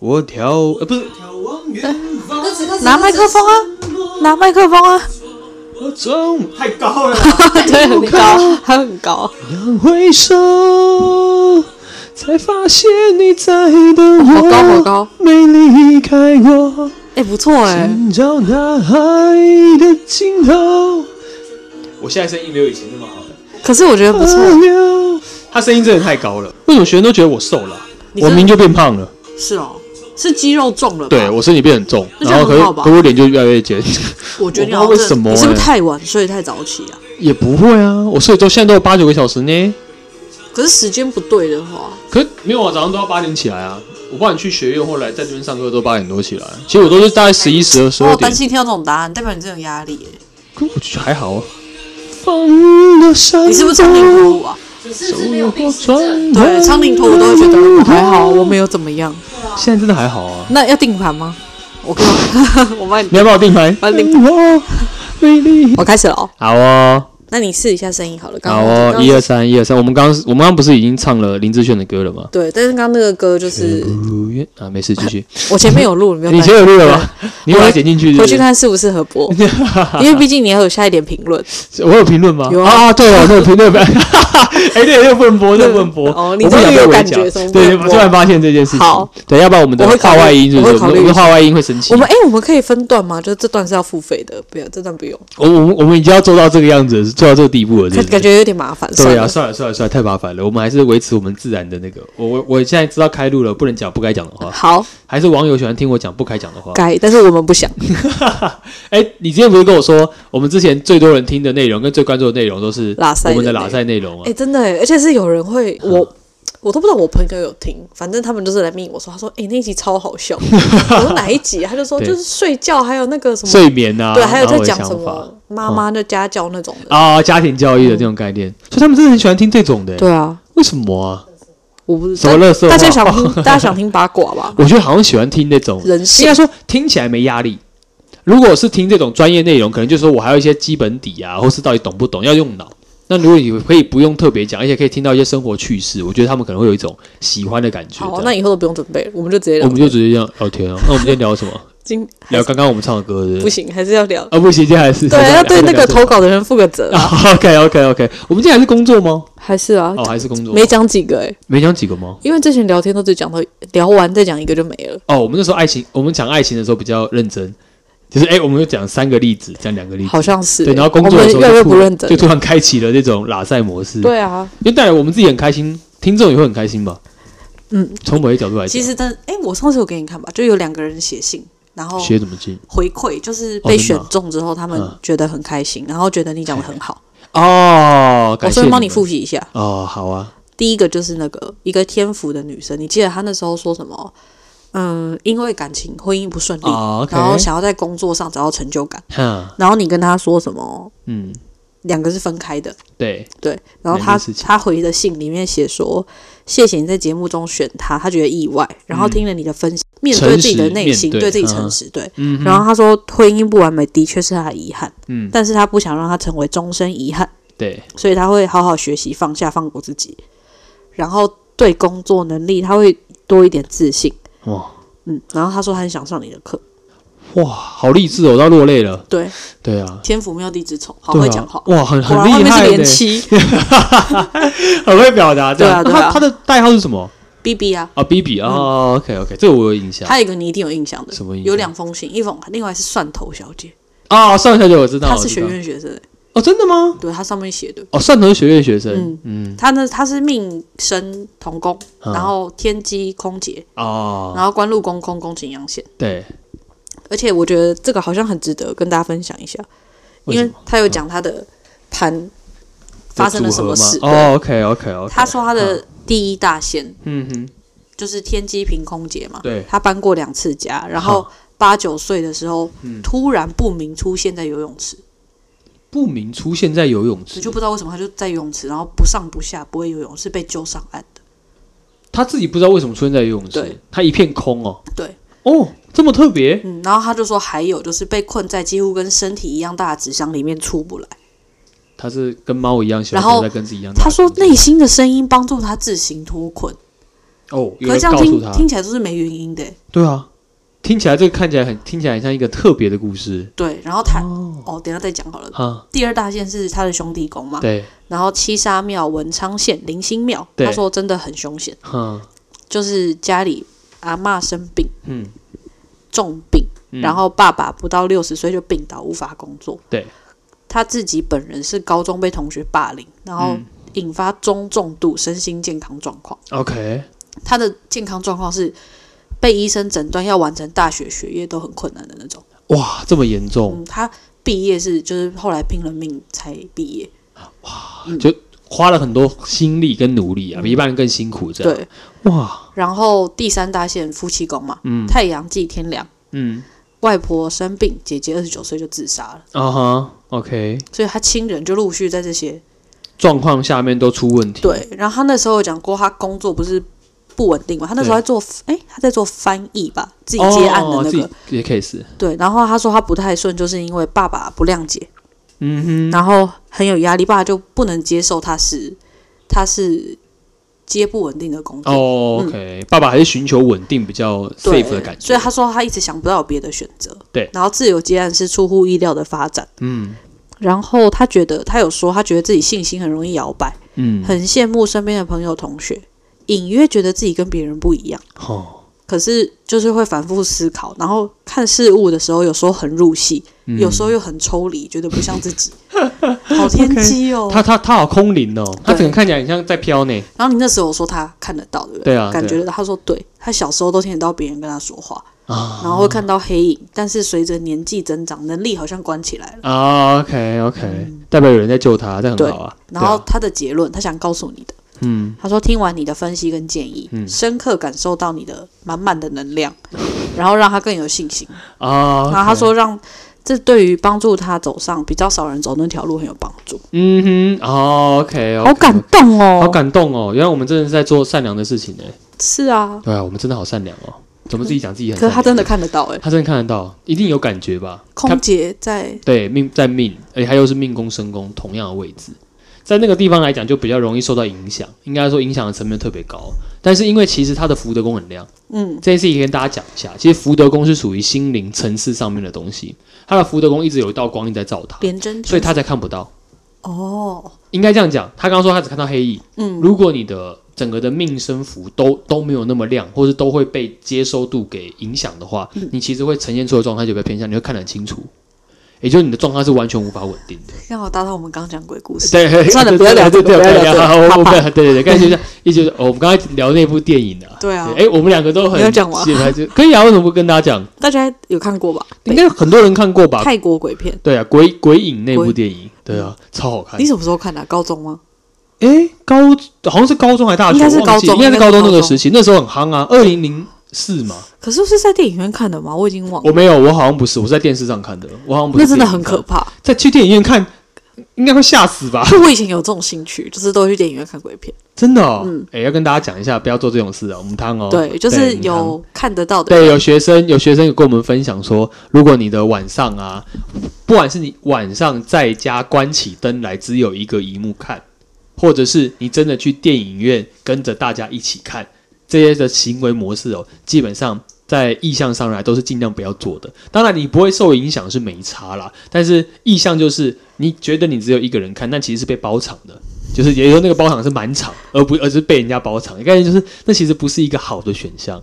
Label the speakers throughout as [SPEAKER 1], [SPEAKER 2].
[SPEAKER 1] 我眺呃不是眺望远方，
[SPEAKER 2] 拿麦克风啊，拿麦克风啊，
[SPEAKER 1] 我总
[SPEAKER 3] 太 高了啦，
[SPEAKER 2] 对，很高，还很高。
[SPEAKER 1] 要回首，才发现你在等我，
[SPEAKER 2] 好高好高
[SPEAKER 1] 没离开我，
[SPEAKER 2] 哎，不错哎，
[SPEAKER 1] 寻找大海的尽头。我现在声音没有以前 那么好了，
[SPEAKER 2] 可是我觉得不错。
[SPEAKER 1] 错。他声音真的太高了，为什么学生都觉得我瘦了啊、
[SPEAKER 2] 你
[SPEAKER 1] 我
[SPEAKER 2] 真的
[SPEAKER 1] 明就变胖了，
[SPEAKER 2] 是哦，是肌肉重了吧？
[SPEAKER 1] 对我身体变很重，
[SPEAKER 2] 那这
[SPEAKER 1] 然
[SPEAKER 2] 样
[SPEAKER 1] 后可
[SPEAKER 2] 很好吧
[SPEAKER 1] 可我脸就越来越尖，
[SPEAKER 2] 我觉得你
[SPEAKER 1] 我
[SPEAKER 2] 好
[SPEAKER 1] 不知道为
[SPEAKER 2] 像
[SPEAKER 1] 什么
[SPEAKER 2] 你是不是
[SPEAKER 1] 欸
[SPEAKER 2] 太晚睡太早起啊？
[SPEAKER 1] 也不会啊，我睡都现在都有八九个小时呢，
[SPEAKER 2] 可是时间不对的话，
[SPEAKER 1] 可是没有啊，早上都要八点起来啊，我不管去学院或来在这边上课都八点多起来，其实我都是大概十一、十二、十
[SPEAKER 2] 我
[SPEAKER 1] 二
[SPEAKER 2] 好
[SPEAKER 1] 点
[SPEAKER 2] 担，心听到这种答案，代表你真的有压力耶。
[SPEAKER 1] 可我觉得还好啊。放了山
[SPEAKER 2] 你是不是长颈
[SPEAKER 1] 头
[SPEAKER 2] 鹿啊？
[SPEAKER 4] 你是不是没有病耻症？
[SPEAKER 2] 对，苍蝇头我都会觉得嗯还好，我没有怎么样。
[SPEAKER 1] 现在真的还好啊。
[SPEAKER 2] 那要定盘吗？我靠， 我帮你，
[SPEAKER 1] 你要帮我定牌？
[SPEAKER 2] 帮你定
[SPEAKER 1] 我美丽。
[SPEAKER 2] 我开始了哦。
[SPEAKER 1] 好哦，
[SPEAKER 2] 那你试一下声音好了，刚
[SPEAKER 1] 好
[SPEAKER 2] 刚
[SPEAKER 1] 哦，
[SPEAKER 2] 刚
[SPEAKER 1] 一二三，一二三。我们刚我们刚不是已经唱了林志炫的歌了吗？
[SPEAKER 2] 对，但是刚刚那个歌就是
[SPEAKER 1] 如愿啊，没事，继续。
[SPEAKER 2] 我前面有录，你没有
[SPEAKER 1] 你
[SPEAKER 2] 担心
[SPEAKER 1] 前有录了吗？你把它剪进去是不
[SPEAKER 2] 回
[SPEAKER 1] 是
[SPEAKER 2] 去。看适不适合 播，因为毕竟你还有下一点评论。
[SPEAKER 1] 我有评论吗？
[SPEAKER 2] 有啊
[SPEAKER 1] 啊，对哦，那个评 论，哎，对，又不能播，又不能播。
[SPEAKER 2] 哦你
[SPEAKER 1] 我不
[SPEAKER 2] 终于
[SPEAKER 1] 想被
[SPEAKER 2] 有
[SPEAKER 1] 围
[SPEAKER 2] 感
[SPEAKER 1] 剿
[SPEAKER 2] 觉什么不
[SPEAKER 1] 对，
[SPEAKER 2] 能
[SPEAKER 1] 我
[SPEAKER 2] 播
[SPEAKER 1] 突然发现这件事情。
[SPEAKER 2] 好，
[SPEAKER 1] 对，要不然我们的
[SPEAKER 2] 我会考
[SPEAKER 1] 话
[SPEAKER 2] 虑
[SPEAKER 1] 外音是不是？
[SPEAKER 2] 我会考虑
[SPEAKER 1] 我
[SPEAKER 2] 一
[SPEAKER 1] 们
[SPEAKER 2] 下
[SPEAKER 1] 话外音会生气。
[SPEAKER 2] 我们哎、我们可以分段吗？就是这段是要付费的，不要这段不用，
[SPEAKER 1] 我我们我们已经要做到这个样子，做到这个地步了，
[SPEAKER 2] 感
[SPEAKER 1] 真的
[SPEAKER 2] 感觉有点麻烦。
[SPEAKER 1] 对啊，
[SPEAKER 2] 算
[SPEAKER 1] 算
[SPEAKER 2] 了
[SPEAKER 1] 了算了算了，太麻烦了。我们还是维持我们自然的那个。我我我现在知道开路了，不能讲不该讲的 话，
[SPEAKER 2] 好
[SPEAKER 1] 还是网友喜欢听我讲不该讲的 话。
[SPEAKER 2] 该，但是我们不想。
[SPEAKER 1] 嗯哎、你之前不是跟我说，我们之前最多人听的内容跟最关注的内容都是
[SPEAKER 2] 拉塞
[SPEAKER 1] 我们的
[SPEAKER 2] 的内容
[SPEAKER 1] 拉塞内容
[SPEAKER 2] 哎、
[SPEAKER 1] 啊？
[SPEAKER 2] 真的、欸，而且是有人会
[SPEAKER 1] 嗯
[SPEAKER 2] 我。我都不知道我朋友有听，反正他们就是来命我说，他说：“哎、那一集超好 笑。”我说：“哪一集啊？”他就说：“
[SPEAKER 1] 对
[SPEAKER 2] 就是睡觉，还有那个什么，
[SPEAKER 1] 睡眠啊，
[SPEAKER 2] 对，还有
[SPEAKER 1] 然后我
[SPEAKER 2] 在
[SPEAKER 1] 的
[SPEAKER 2] 讲
[SPEAKER 1] 想
[SPEAKER 2] 什
[SPEAKER 1] 法嗯
[SPEAKER 2] 么妈妈的家教那种的。
[SPEAKER 1] 啊，家庭教育的这种概念，所以他们真的很喜欢听这种的、
[SPEAKER 2] 对啊，
[SPEAKER 1] 为什么啊？
[SPEAKER 2] 我不是
[SPEAKER 1] 什么垃圾话啊
[SPEAKER 2] 大家想听，大家想听八卦吧？
[SPEAKER 1] 我觉得好像喜欢听那种，
[SPEAKER 2] 人
[SPEAKER 1] 应
[SPEAKER 2] 性
[SPEAKER 1] 该说听起来没压力。如果是听这种专业内容，可能就是说我还有一些基本底啊，或是到底懂不懂，要用脑。那如果你可以不用特别讲，而且可以听到一些生活趣事，我觉得他们可能会有一种喜欢的感觉。
[SPEAKER 2] 好，
[SPEAKER 1] 这样
[SPEAKER 2] 那以后都不用准备了，我们就直接
[SPEAKER 1] 我
[SPEAKER 2] 聊
[SPEAKER 1] 们。就直接这样聊天啊。那我们今天聊什么？
[SPEAKER 2] 今
[SPEAKER 1] 聊刚刚我们唱的歌是不是
[SPEAKER 2] 不行，还是要聊。
[SPEAKER 1] 啊，不行，今天还是
[SPEAKER 2] 对，要对 那个投。稿的人负个责
[SPEAKER 1] 哦
[SPEAKER 2] 啊。
[SPEAKER 1] OK OK OK，我们今天还是工作吗？
[SPEAKER 2] 还是啊，
[SPEAKER 1] 哦，还是工作？
[SPEAKER 2] 没讲几个哎、
[SPEAKER 1] 没讲几个吗？
[SPEAKER 2] 因为之前聊天都只讲到聊完再讲一个就没了。
[SPEAKER 1] 哦，我们那时候爱情，我们讲爱情的时候比较认真，就是哎，我们就讲三个例子，讲两个例子，
[SPEAKER 2] 好像是欸、
[SPEAKER 1] 对，然后工
[SPEAKER 2] 我
[SPEAKER 1] 作的
[SPEAKER 2] 们
[SPEAKER 1] 时候
[SPEAKER 2] 越来越
[SPEAKER 1] 就突
[SPEAKER 2] 不认
[SPEAKER 1] 就
[SPEAKER 2] 真。
[SPEAKER 1] 突然开启了这种拉塞模式。，
[SPEAKER 2] 对啊，
[SPEAKER 1] 因为带来我们自己很开心，听众也会很开心吧？
[SPEAKER 2] 嗯，
[SPEAKER 1] 从某些角度来讲，
[SPEAKER 2] 其实真哎、我上次有给你看吧，就有两个人写信，然后
[SPEAKER 1] 学怎么进
[SPEAKER 2] 回馈就是
[SPEAKER 1] 哦真的
[SPEAKER 2] 被
[SPEAKER 1] 啊
[SPEAKER 2] 选中之后，他们
[SPEAKER 1] 嗯
[SPEAKER 2] 觉得很开心，然后觉得你讲的很好。
[SPEAKER 1] 哦，
[SPEAKER 2] 我
[SPEAKER 1] 感谢
[SPEAKER 2] 顺便帮
[SPEAKER 1] 你
[SPEAKER 2] 你
[SPEAKER 1] 们
[SPEAKER 2] 复习一下。
[SPEAKER 1] 哦，好啊，
[SPEAKER 2] 第一个就是那个一个天府的女生，你记得她那时候说什么？嗯，因为感情婚姻不顺利，
[SPEAKER 1] 哦，OK
[SPEAKER 2] 然后想要在工作上找到成就感，
[SPEAKER 1] 哈，
[SPEAKER 2] 然后你跟她说什么？
[SPEAKER 1] 嗯，
[SPEAKER 2] 两个是分开的，
[SPEAKER 1] 对，
[SPEAKER 2] 对，然后
[SPEAKER 1] 哪
[SPEAKER 2] 他
[SPEAKER 1] 件事情
[SPEAKER 2] 他回的信里面写说，谢谢你在节目中选他，他觉得意外，然后听了你的分析，面对自己的内心，
[SPEAKER 1] 诚实面对
[SPEAKER 2] 对自己
[SPEAKER 1] 嗯
[SPEAKER 2] 诚实，对。
[SPEAKER 1] 嗯哼，
[SPEAKER 2] 然后他说，婚姻不完美的确是他的遗憾，
[SPEAKER 1] 嗯，
[SPEAKER 2] 但是他不想让他成为终身遗憾，
[SPEAKER 1] 对，
[SPEAKER 2] 所以他会好好学习，放下，放过自己，然后对工作能力他会多一点自信，
[SPEAKER 1] 哇
[SPEAKER 2] 嗯。然后他说他很想上你的课，
[SPEAKER 1] 哇，好励志哦，我都要落泪了。
[SPEAKER 2] 对，
[SPEAKER 1] 对啊，
[SPEAKER 2] 天府妙地之宠，好
[SPEAKER 1] 对
[SPEAKER 2] 会
[SPEAKER 1] 啊
[SPEAKER 2] 讲话，
[SPEAKER 1] 哇，很
[SPEAKER 2] 果
[SPEAKER 1] 很
[SPEAKER 2] 然后
[SPEAKER 1] 厉
[SPEAKER 2] 面
[SPEAKER 1] 害
[SPEAKER 2] 是
[SPEAKER 1] 呢
[SPEAKER 2] 连七
[SPEAKER 1] 很会表达。这样
[SPEAKER 2] 对啊对啊
[SPEAKER 1] 那他他的代号是什么？
[SPEAKER 2] B B 啊，
[SPEAKER 1] 啊，B B 啊，OK OK，这个我有印象。
[SPEAKER 2] 还有一个你一定有印象的，
[SPEAKER 1] 啊什么印象
[SPEAKER 2] 有两封信，一封另外是蒜头小姐，
[SPEAKER 1] 啊，上一下就我知道，
[SPEAKER 2] 她
[SPEAKER 1] 我
[SPEAKER 2] 是
[SPEAKER 1] 知
[SPEAKER 2] 学
[SPEAKER 1] 道
[SPEAKER 2] 院学生、欸，
[SPEAKER 1] 哦，真的吗？
[SPEAKER 2] 对，她上面写的，
[SPEAKER 1] 哦，汕头学院学生
[SPEAKER 2] 嗯，
[SPEAKER 1] 嗯，
[SPEAKER 2] 她呢她是命生童工，
[SPEAKER 1] 嗯
[SPEAKER 2] 然后天机空姐，
[SPEAKER 1] 哦，
[SPEAKER 2] 然后官禄宫空宫景阳线，
[SPEAKER 1] 对，
[SPEAKER 2] 而且我觉得这个好像很值得跟大家分享一下，
[SPEAKER 1] 为
[SPEAKER 2] 因
[SPEAKER 1] 什
[SPEAKER 2] 为
[SPEAKER 1] 么
[SPEAKER 2] 她有讲她的盘发生了什么事
[SPEAKER 1] 有，组合吗哦，OK 嗯 OK OK，
[SPEAKER 2] 她说她的第一大限
[SPEAKER 1] 嗯哼，
[SPEAKER 2] 就是天机凭空姐嘛，
[SPEAKER 1] 对
[SPEAKER 2] 她搬过两次家，然后八九岁的时候突然不明出现在游泳池。
[SPEAKER 1] 不明出现在游泳
[SPEAKER 2] 我
[SPEAKER 1] 池，
[SPEAKER 2] 就不知道为什么他就在游泳池，然后不上不下，不会游泳，是被救上岸的。
[SPEAKER 1] 他自己不知道为什么出现在游泳池
[SPEAKER 2] 对，
[SPEAKER 1] 他一片空哦，
[SPEAKER 2] 对，
[SPEAKER 1] 哦，这么特别，
[SPEAKER 2] 嗯，然后他就说还有就是被困在几乎跟身体一样大的纸箱里面出不来。
[SPEAKER 1] 他是跟猫一样小，
[SPEAKER 2] 然后
[SPEAKER 1] 嗯在跟自己一样大。
[SPEAKER 2] 他说内心的声音帮助他自行脱困，
[SPEAKER 1] 哦，有人
[SPEAKER 2] 可是这样
[SPEAKER 1] 告诉
[SPEAKER 2] 听
[SPEAKER 1] 他，
[SPEAKER 2] 听起来就是没原因的，
[SPEAKER 1] 对啊，听起来这个看起来很听起来很像一个特别的故事
[SPEAKER 2] 对。然后他
[SPEAKER 1] 哦
[SPEAKER 2] 哦，等一下再讲好了。
[SPEAKER 1] 哈，
[SPEAKER 2] 第二大县是他的兄弟宫嘛，
[SPEAKER 1] 对，
[SPEAKER 2] 然后七杀庙、文昌县、林星庙，
[SPEAKER 1] 对
[SPEAKER 2] 他说真的很凶险，
[SPEAKER 1] 哈，
[SPEAKER 2] 就是家里阿嬷生病
[SPEAKER 1] 嗯，
[SPEAKER 2] 重病，
[SPEAKER 1] 嗯
[SPEAKER 2] 然后爸爸不到六十岁就病倒，无法工作。
[SPEAKER 1] 对，
[SPEAKER 2] 他自己本人是高中被同学霸凌，然后
[SPEAKER 1] 嗯
[SPEAKER 2] 引发中重度身心健康状况。
[SPEAKER 1] OK，
[SPEAKER 2] 他的健康状况是被医生诊断要完成大学学业都很困难的那种。
[SPEAKER 1] 哇，这么严重，
[SPEAKER 2] 嗯，他毕业是就是后来拼了命才毕业。
[SPEAKER 1] 花了很多心力跟努力啊，比一般人更辛苦这样。
[SPEAKER 2] 嗯对，
[SPEAKER 1] 哇，
[SPEAKER 2] 然后第三大线夫妻宫嘛，
[SPEAKER 1] 嗯
[SPEAKER 2] 太阳祭天梁，
[SPEAKER 1] 嗯，
[SPEAKER 2] 外婆生病，姐姐二十九岁就自杀了，
[SPEAKER 1] 啊哈，OK，
[SPEAKER 2] 所以他亲人就陆续在这些。
[SPEAKER 1] 状况下面都出问题。
[SPEAKER 2] 对，然后他那时候有讲过，他工作不是不稳定嘛，他那时候在做，哎，他在做翻译吧，自己接案的
[SPEAKER 1] 哦
[SPEAKER 2] 那
[SPEAKER 1] 自
[SPEAKER 2] 个。
[SPEAKER 1] 己接 case，
[SPEAKER 2] 对，然后他说他不太顺，就是因为爸爸不谅解，
[SPEAKER 1] 嗯哼，
[SPEAKER 2] 然后很有压力，爸爸就不能接受他是他是接不稳定的工作。
[SPEAKER 1] 哦，OK，爸爸还是寻求稳定比较
[SPEAKER 2] 嗯对
[SPEAKER 1] safe 的感觉，
[SPEAKER 2] 所以他说他一直想不到有别的选择。
[SPEAKER 1] 对
[SPEAKER 2] 然后自由接案是出乎意料的发展。
[SPEAKER 1] 嗯
[SPEAKER 2] 然后他觉得，他有说他觉得自己信心很容易摇摆，
[SPEAKER 1] 嗯，
[SPEAKER 2] 很羡慕身边的朋友同学，隐约觉得自己跟别人不一样。
[SPEAKER 1] 哦，
[SPEAKER 2] 可是就是会反复思考，然后看事物的时候，有时候很入戏，
[SPEAKER 1] 嗯
[SPEAKER 2] 有时候又很抽离，觉得不像自 己，好天机哦。
[SPEAKER 1] 他他他好空灵哦，他整个看起来很像在飘呢。
[SPEAKER 2] 然后你那时候有说他看得到，对不对？
[SPEAKER 1] 对啊
[SPEAKER 2] 感觉
[SPEAKER 1] 对
[SPEAKER 2] 得到。他说对，他小时候都听得到别人跟他说话，
[SPEAKER 1] 啊
[SPEAKER 2] 然后会看到黑影，但是随着年纪增长，能力好像关起来了。
[SPEAKER 1] 啊，OK OK，代表有人在救他，这样很好啊。
[SPEAKER 2] 嗯然后
[SPEAKER 1] 对啊
[SPEAKER 2] 他的结论，他想告诉你的，
[SPEAKER 1] 嗯，
[SPEAKER 2] 他说听完你的分析跟建议，
[SPEAKER 1] 嗯
[SPEAKER 2] 深刻感受到你的满满的能量， 然后让他更有信心。
[SPEAKER 1] 啊，OK，
[SPEAKER 2] 然后他说让这对于帮助他走上比较少人走那条路很有帮助，
[SPEAKER 1] 嗯哼，哦，OK，
[SPEAKER 2] 好感动哦，
[SPEAKER 1] 好感动哦，原来我们真的是在做善良的事情呢。
[SPEAKER 2] 是啊，
[SPEAKER 1] 对啊，我们真的好善良哦，怎么自己讲自己很
[SPEAKER 2] 可
[SPEAKER 1] 善良？
[SPEAKER 2] 是他真的看得到哎、
[SPEAKER 1] 他真的看得到，一定有感觉吧？
[SPEAKER 2] 空
[SPEAKER 1] 看
[SPEAKER 2] 姐在
[SPEAKER 1] 对命在命，而且他又是命宫、身宫同样的位置，在那个地方来讲就比较容易受到影响，应该说影响的层面特别高。但是因为其实他的福德宫很亮，
[SPEAKER 2] 嗯
[SPEAKER 1] 这件事情可以跟大家讲一下，其实福德宫是属于心灵层次上面的东西，他的福德宫一直有一道光一直在照他，
[SPEAKER 2] 连真，
[SPEAKER 1] 所以他才看不到。
[SPEAKER 2] 哦
[SPEAKER 1] 应该这样讲，他刚刚说他只看到黑影，
[SPEAKER 2] 嗯
[SPEAKER 1] 如果你的整个的命生符都都没有那么亮，或是都会被接收度给影响的话，
[SPEAKER 2] 嗯
[SPEAKER 1] 你其实会呈现出的状态就比较偏向，你会看得很清楚，也就是你的状态是完全无法稳定的。
[SPEAKER 2] 让啊我搭到我们刚刚讲鬼故事，
[SPEAKER 1] 对，
[SPEAKER 2] 算了
[SPEAKER 1] 对
[SPEAKER 2] 不要聊
[SPEAKER 1] 对
[SPEAKER 2] 这
[SPEAKER 1] 对
[SPEAKER 2] 个
[SPEAKER 1] 对
[SPEAKER 2] 不要聊这个
[SPEAKER 1] 好我
[SPEAKER 2] 怕
[SPEAKER 1] 我不
[SPEAKER 2] 怕
[SPEAKER 1] 要对对对，刚才就像，也就是哦我们刚才聊那部电影啊，
[SPEAKER 2] 对啊
[SPEAKER 1] 哎，我们两个都很
[SPEAKER 2] 你要讲吗
[SPEAKER 1] 喜欢就可以啊，为什么不跟大家 讲？
[SPEAKER 2] 大家有看过吧？
[SPEAKER 1] 应该很多人看过吧？
[SPEAKER 2] 泰国鬼片，
[SPEAKER 1] 对啊，鬼鬼影那部电影，对啊，超好看
[SPEAKER 2] 你。什么时候看的、啊高中吗？
[SPEAKER 1] 哎，高好像是高中还大学，
[SPEAKER 2] 应该是
[SPEAKER 1] 我忘记
[SPEAKER 2] 高
[SPEAKER 1] 应
[SPEAKER 2] 中
[SPEAKER 1] 该是
[SPEAKER 2] 应
[SPEAKER 1] 高
[SPEAKER 2] 该是
[SPEAKER 1] 中那
[SPEAKER 2] 高
[SPEAKER 1] 个
[SPEAKER 2] 中
[SPEAKER 1] 时期，那时候很夯啊，二零零四嘛。
[SPEAKER 2] 可是是在电影院看的吗？我已经忘了，
[SPEAKER 1] 我没有，我好像不是，我是在电视上看的，我好像不是。
[SPEAKER 2] 那真的很可，嗯怕。
[SPEAKER 1] 在去电影院看，应该会吓死吧？
[SPEAKER 2] 就我以前有这种兴趣，就是都会去电影院看鬼片。
[SPEAKER 1] 真的哦，哎、要跟大家讲一下，不要做这种事啊，我们汤哦。
[SPEAKER 2] 对，就是
[SPEAKER 1] 母汤
[SPEAKER 2] 有看得到的人。
[SPEAKER 1] 对，有学生有学生有跟我们分享说，如果你的晚上啊，不管是你晚上在家关起灯来，只有一个荧幕看，或者是你真的去电影院跟着大家一起看，这些的行为模式哦，基本上在意向上来都是尽量不要做的。当然，你不会受影响是没差啦，但是意向就是你觉得你只有一个人看，但其实是被包场的。就是，也就是说那个包场是满场，而不而是被人家包场。概念就是，那其实不是一个好的选项。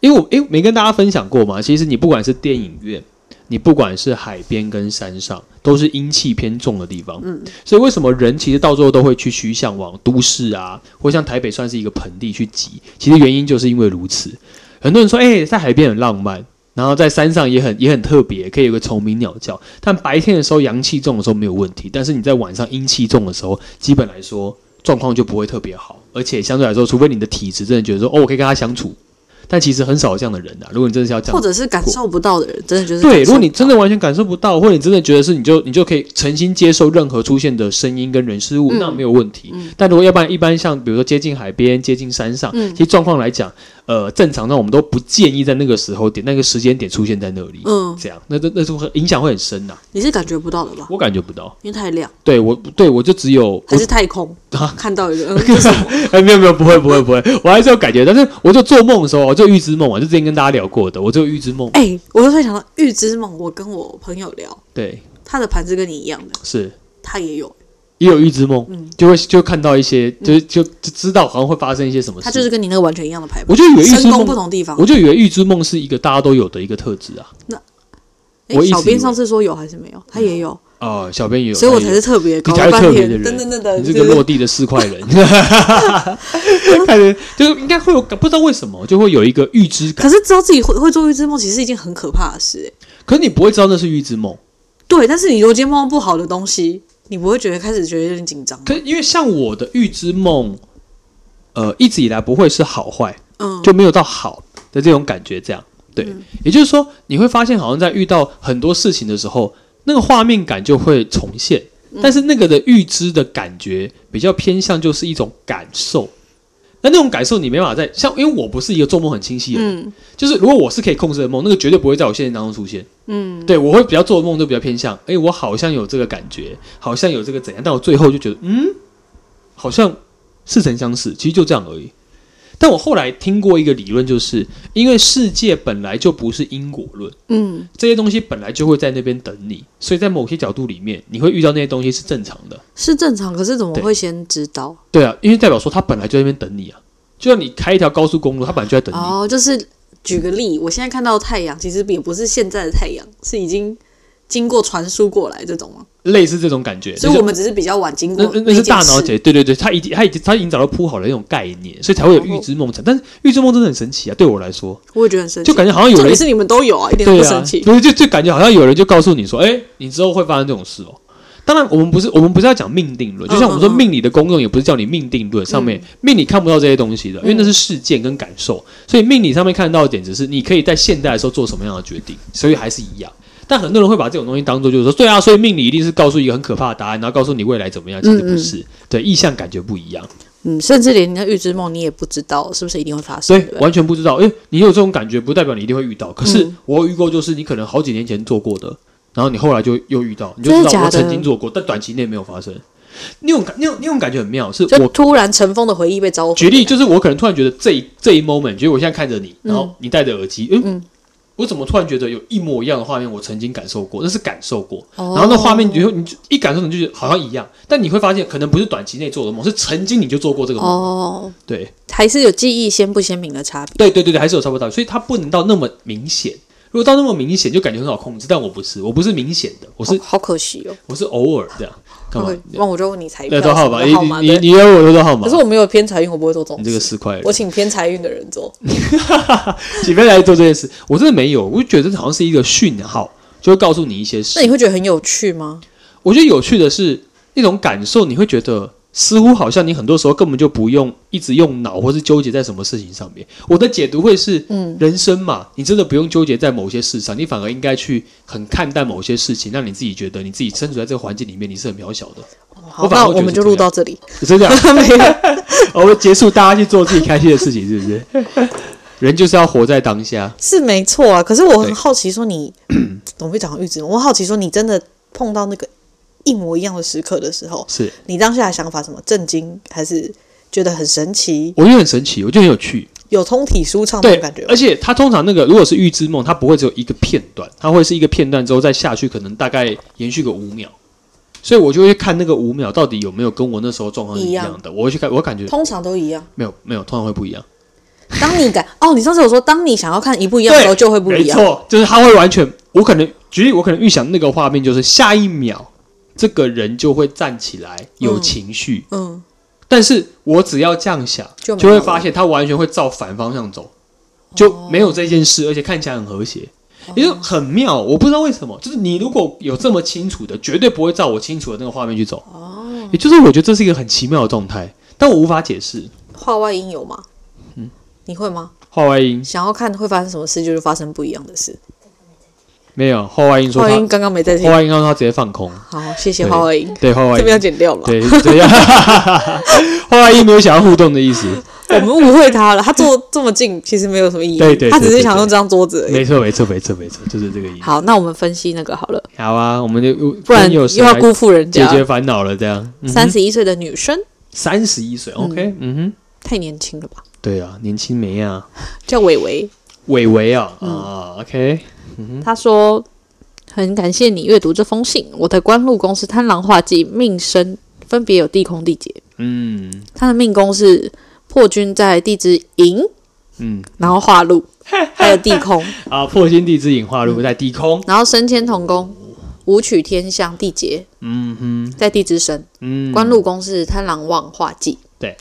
[SPEAKER 1] 因为我诶没跟大家分享过嘛，其实你不管是电影院，你不管是海边跟山上，都是阴气偏重的地方。嗯，所以为什么人其实到最后都会去趋向往都市啊，或像台北算是一个盆地去挤？其实原因就是因为如此。很多人说，诶，在海边很浪漫。然后在山上也很也很特别，可以有个虫鸣鸟叫。但白天的时候阳气重的时候没有问题，但是你在晚上阴气重的时候，基本来说状况就不会特别好。而且相对来说，除非你的体质真的觉得说，哦，我可以跟他相处，但其实很少有这样的人啊。如果你真的是要这样
[SPEAKER 2] 或，者是感受不到的人，真的就是
[SPEAKER 1] 对，
[SPEAKER 2] 感受
[SPEAKER 1] 如果你
[SPEAKER 2] 不到
[SPEAKER 1] 真的完全感受不到，或者你真的觉得是，你就你就可以诚心接受任何出现的声音跟人事
[SPEAKER 2] 嗯嗯
[SPEAKER 1] 物，那没有问题。但如果要不然，一般像比如说接近海边、接近山上，其实状况来讲，呃正常上我们都不建议在那个时候点、那个时间点出现在那里。
[SPEAKER 2] 嗯
[SPEAKER 1] 这样，那那那是会影响会很深呐、
[SPEAKER 2] 你是感觉不到的吧？
[SPEAKER 1] 我感觉不到。
[SPEAKER 2] 因为太亮，
[SPEAKER 1] 对我，对我就啊只有
[SPEAKER 2] 还是太 空？看到一个，嗯，这是什么
[SPEAKER 1] 哎， 没有没有，不会不会不会，我还是有感觉，但是我就做梦的时候，我就预知梦嘛，就之前跟大家聊过的，我就预知梦，
[SPEAKER 2] 哎、我就会想到预知梦。我跟我朋友聊，
[SPEAKER 1] 对，
[SPEAKER 2] 他的盘子跟你一样的，
[SPEAKER 1] 是
[SPEAKER 2] 他也有，
[SPEAKER 1] 也有预知梦，
[SPEAKER 2] 嗯
[SPEAKER 1] 就会就看到一些，就就就知道好像会发生一些什么事，
[SPEAKER 2] 他就是跟你那个完全一样的牌
[SPEAKER 1] 我
[SPEAKER 2] 吧。
[SPEAKER 1] 就以为预知
[SPEAKER 2] 深宫不
[SPEAKER 1] 梦，
[SPEAKER 2] 同啊地方
[SPEAKER 1] 我。就以为预知梦是一个大家都有的一个特质啊，
[SPEAKER 2] 哎
[SPEAKER 1] 我一直
[SPEAKER 2] 小
[SPEAKER 1] 以
[SPEAKER 2] 编
[SPEAKER 1] 为
[SPEAKER 2] 上次说有还是没有？他也有，
[SPEAKER 1] 哦，小编也有，
[SPEAKER 2] 所以我
[SPEAKER 1] 他
[SPEAKER 2] 才
[SPEAKER 1] 也
[SPEAKER 2] 是特别
[SPEAKER 1] 你
[SPEAKER 2] 搞
[SPEAKER 1] 才
[SPEAKER 2] 了
[SPEAKER 1] 是
[SPEAKER 2] 半
[SPEAKER 1] 特别
[SPEAKER 2] 天
[SPEAKER 1] 的，人，
[SPEAKER 2] 等等等等，
[SPEAKER 1] 你这个落地的四块 人， 看着就是应该会有感，不知道为什么就会有一个预知感，
[SPEAKER 2] 可是知道自己会会做预知梦，其实是一件很可怕的事、哎
[SPEAKER 1] 可是你不会知道那是预知梦。
[SPEAKER 2] 对，但是你如果今天梦到不好的东西，你不会觉得开始觉得有点紧张吗？
[SPEAKER 1] 可因为像我的预知梦，呃，一直以来不会是好坏，
[SPEAKER 2] 嗯，
[SPEAKER 1] 就没有到好的这种感觉。这样，对，也就是说，你会发现好像在遇到很多事情的时候，那个画面感就会重现，
[SPEAKER 2] 嗯
[SPEAKER 1] 但是那个的预知的感觉比较偏向就是一种感受。那那种感受你没办法在像，因为我不是一个做梦很清晰的人，
[SPEAKER 2] 嗯
[SPEAKER 1] 就是如果我是可以控制的梦，那个绝对不会在我现实当中出现。
[SPEAKER 2] 嗯，
[SPEAKER 1] 对我会比较做梦就比较偏向，哎，我好像有这个感觉，好像有这个怎样，但我最后就觉得，嗯，好像似曾相识，其实就这样而已。但我后来听过一个理论，就是因为世界本来就不是因果论，
[SPEAKER 2] 嗯，
[SPEAKER 1] 这些东西本来就会在那边等你，所以在某些角度里面，你会遇到那些东西是正常的。
[SPEAKER 2] 是正常，可是怎么会先知道？
[SPEAKER 1] 对啊，因为代表说它本来就在那边等你啊，就像你开一条高速公路，它本来就在等你。
[SPEAKER 2] 哦，就是举个例，我现在看到太阳，其实也不是现在的太阳，是已经经过传输过来这种吗？
[SPEAKER 1] 类似这种感觉，
[SPEAKER 2] 所以我们只是比较晚经
[SPEAKER 1] 那
[SPEAKER 2] 过
[SPEAKER 1] 那那是
[SPEAKER 2] 一件
[SPEAKER 1] 大脑
[SPEAKER 2] 事
[SPEAKER 1] 解，对对对，他已经他已经他已经找到铺好了那种概念，所以才会有预知梦产。但是预知梦真的很神奇啊，对我来说，
[SPEAKER 2] 我也觉得很神奇。
[SPEAKER 1] 就感觉好像有
[SPEAKER 2] 重
[SPEAKER 1] 人
[SPEAKER 2] 点是你们都有啊，一点都
[SPEAKER 1] 对
[SPEAKER 2] 不
[SPEAKER 1] 啊
[SPEAKER 2] 神奇，。
[SPEAKER 1] 不是就就感觉好像有人就告诉你说，哎、你之后会发生这种事哦。当然，我们不是我们不是要讲命定论，就像我们说
[SPEAKER 2] 嗯嗯嗯嗯
[SPEAKER 1] 命理的功用，也不是叫你命定论上面、命理看不到这些东西的，因为那是事件跟感受，所以命理上面看到的点只是你可以在现代的时候做什么样的决定，所以还是一样。但很多人会把这种东西当做就是说，对啊，所以命理一定是告诉一个很可怕的答案，然后告诉你未来怎么样，其实不是，对意向感觉不一样。
[SPEAKER 2] 嗯，甚至连你的预知梦，你也不知道是不是一定会发
[SPEAKER 1] 所
[SPEAKER 2] 生，
[SPEAKER 1] 以
[SPEAKER 2] 对不对？
[SPEAKER 1] 完全不知道。因为你有这种感觉，不代表你一定会遇到。可是
[SPEAKER 2] 嗯
[SPEAKER 1] 我有遇过，就是你可能好几年前做过的，然后你后来就又遇到，你就知
[SPEAKER 2] 真的
[SPEAKER 1] 道
[SPEAKER 2] 假
[SPEAKER 1] 我
[SPEAKER 2] 的
[SPEAKER 1] 曾经做过，但短期内没有发生。那种感，那种那种感觉很妙，是
[SPEAKER 2] 就
[SPEAKER 1] 我。
[SPEAKER 2] 突然尘封的回忆被召回。
[SPEAKER 1] 举例就是，我可能突然觉得这一这一 moment，觉得我现在看着你，然后你戴着耳机，嗯，
[SPEAKER 2] 嗯
[SPEAKER 1] 我怎么突然觉得有一模一样的画面，我曾经感受过，那是感受过。
[SPEAKER 2] 哦
[SPEAKER 1] 然后那画面你就你就一感受，你就觉得好像一样，但你会发现，可能不是短期内做的梦，是曾经你就做过这个梦。
[SPEAKER 2] 哦，
[SPEAKER 1] 对，
[SPEAKER 2] 还是有记忆鲜不鲜明的差别。
[SPEAKER 1] 对对对对，还是有差不多，所以它不能到那么明显。如果到那么明显，就感觉很好控制。但我不是，我不是明显的，我是、
[SPEAKER 2] 哦好可惜哦。
[SPEAKER 1] 我是偶尔这样。干嘛
[SPEAKER 2] OK，？那我就问你彩
[SPEAKER 1] 那
[SPEAKER 2] 票
[SPEAKER 1] 都
[SPEAKER 2] 什
[SPEAKER 1] 号
[SPEAKER 2] 么
[SPEAKER 1] 码，
[SPEAKER 2] 的
[SPEAKER 1] 你
[SPEAKER 2] 号码
[SPEAKER 1] 你
[SPEAKER 2] 对
[SPEAKER 1] 你有我的号码
[SPEAKER 2] 可是。我没有偏财运，我不会做这
[SPEAKER 1] 你
[SPEAKER 2] 种
[SPEAKER 1] 这
[SPEAKER 2] 事。
[SPEAKER 1] 个十块人，
[SPEAKER 2] 我请偏财运的人做。
[SPEAKER 1] 请不要来做这件事。我真的没有，我就觉得这好像是一个讯号，就会告诉你一些事
[SPEAKER 2] 那。你会觉得很有趣吗？
[SPEAKER 1] 我觉得有趣的是那种感受，你会觉得似乎好像你很多时候根本就不用一直用脑，或是纠结在什么事情上面。我的解读会是，
[SPEAKER 2] 嗯，
[SPEAKER 1] 人生嘛，你真的不用纠结在某些事上，你反而应该去很看待某些事情，让你自己觉得你自己身处在这个环境里面，你是很渺小 的。
[SPEAKER 2] 好
[SPEAKER 1] 我，反而会觉
[SPEAKER 2] 那我
[SPEAKER 1] 得
[SPEAKER 2] 们
[SPEAKER 1] 是
[SPEAKER 2] 就
[SPEAKER 1] 这
[SPEAKER 2] 录
[SPEAKER 1] 样
[SPEAKER 2] 到这里。
[SPEAKER 1] 是这样，没有。 我们结束，大家去做自己开心的事情，是不是？人就是要活在当下。
[SPEAKER 2] 是没错啊，可是我
[SPEAKER 1] 对
[SPEAKER 2] 很好奇，说你 怎么会讲到预知梦？我好奇说你真的碰到那个一模一样的时刻的时候，
[SPEAKER 1] 是，
[SPEAKER 2] 你当下的想法什么？震惊还是觉得很神奇？
[SPEAKER 1] 我觉得很神奇，我觉得很有趣。
[SPEAKER 2] 有通体舒畅那
[SPEAKER 1] 对
[SPEAKER 2] 种感觉，吗
[SPEAKER 1] 而？且它通常那个如果是预知梦，它不会只有一个片段，它会是一个片段之后再下去，可能大概延续个五秒。所以我就会看那个五秒到底有没有跟我那时候状况是一样的，我会去看，我感觉
[SPEAKER 2] 通常都一样。
[SPEAKER 1] 没有没有，通常会不一样。
[SPEAKER 2] 当你感哦，你上次有说，当你想要看一不一样的时候，就会不一样
[SPEAKER 1] 没。错，就是他会完全，我可能举例，我可能预想那个画面就是下一秒这个人就会站起来，有情绪，
[SPEAKER 2] 嗯，
[SPEAKER 1] 但是我只要这样想，
[SPEAKER 2] 就
[SPEAKER 1] 就
[SPEAKER 2] 没
[SPEAKER 1] 会
[SPEAKER 2] 有哦
[SPEAKER 1] 发
[SPEAKER 2] 了
[SPEAKER 1] 现他完全会照反方向走，就没有这件事，而且看起来很和谐。
[SPEAKER 2] 哦
[SPEAKER 1] 也就很妙，我不知道为什么，就是你如果有这么清楚的，绝对不会照我清楚的那个画面去走。哦，也就是我觉得这是一个很奇妙的状态，但我无法解释。
[SPEAKER 2] 话外音有吗？
[SPEAKER 1] 嗯
[SPEAKER 2] 你会吗？
[SPEAKER 1] 话外音
[SPEAKER 2] 想要看会发生什么事，就是发生不一样的事。
[SPEAKER 1] 没有，话外音说
[SPEAKER 2] 话
[SPEAKER 1] 他
[SPEAKER 2] 外，音刚刚没在
[SPEAKER 1] 话
[SPEAKER 2] 听。
[SPEAKER 1] 外音 让他直接放空。
[SPEAKER 2] 好，谢谢话外音，
[SPEAKER 1] 对，话外
[SPEAKER 2] 这
[SPEAKER 1] 音
[SPEAKER 2] 边要剪掉了。
[SPEAKER 1] 对，这样。后来也没有想要 互动的意思。
[SPEAKER 2] 我们误会他了，他坐这么近其实没有什么意义，
[SPEAKER 1] 对对对
[SPEAKER 2] 他只是想用这张桌子而
[SPEAKER 1] 没
[SPEAKER 2] 已。
[SPEAKER 1] 错，没错，没错，没错，就是这个意思。
[SPEAKER 2] 好，那我们分析那个好了，
[SPEAKER 1] 好啊，我们就
[SPEAKER 2] 不然
[SPEAKER 1] 有
[SPEAKER 2] 又
[SPEAKER 1] 谁
[SPEAKER 2] 要
[SPEAKER 1] 来
[SPEAKER 2] 辜负人
[SPEAKER 1] 解
[SPEAKER 2] 家。
[SPEAKER 1] 决烦恼了，这样。嗯
[SPEAKER 2] 三十一岁的女生
[SPEAKER 1] 三十一岁，OK，嗯哼，
[SPEAKER 2] 太年轻了吧？
[SPEAKER 1] 对啊，年轻没啊，
[SPEAKER 2] 叫伟伟，
[SPEAKER 1] 伟伟啊，
[SPEAKER 2] 嗯
[SPEAKER 1] 啊，OK，
[SPEAKER 2] 他说很感谢你阅读这封信，我的官禄宫是贪狼化忌命生，分别有地空地劫。
[SPEAKER 1] 嗯
[SPEAKER 2] 他的命宫是破军在地支寅，
[SPEAKER 1] 嗯，
[SPEAKER 2] 然后化 禄，还有地空，
[SPEAKER 1] 啊，破天地之影
[SPEAKER 2] 嗯
[SPEAKER 1] 化入在低空，
[SPEAKER 2] 然后升迁同宫。武曲天相地劫
[SPEAKER 1] 嗯哼，
[SPEAKER 2] 在地支申，
[SPEAKER 1] 嗯，
[SPEAKER 2] 官禄宫是贪狼旺化忌。
[SPEAKER 1] 对，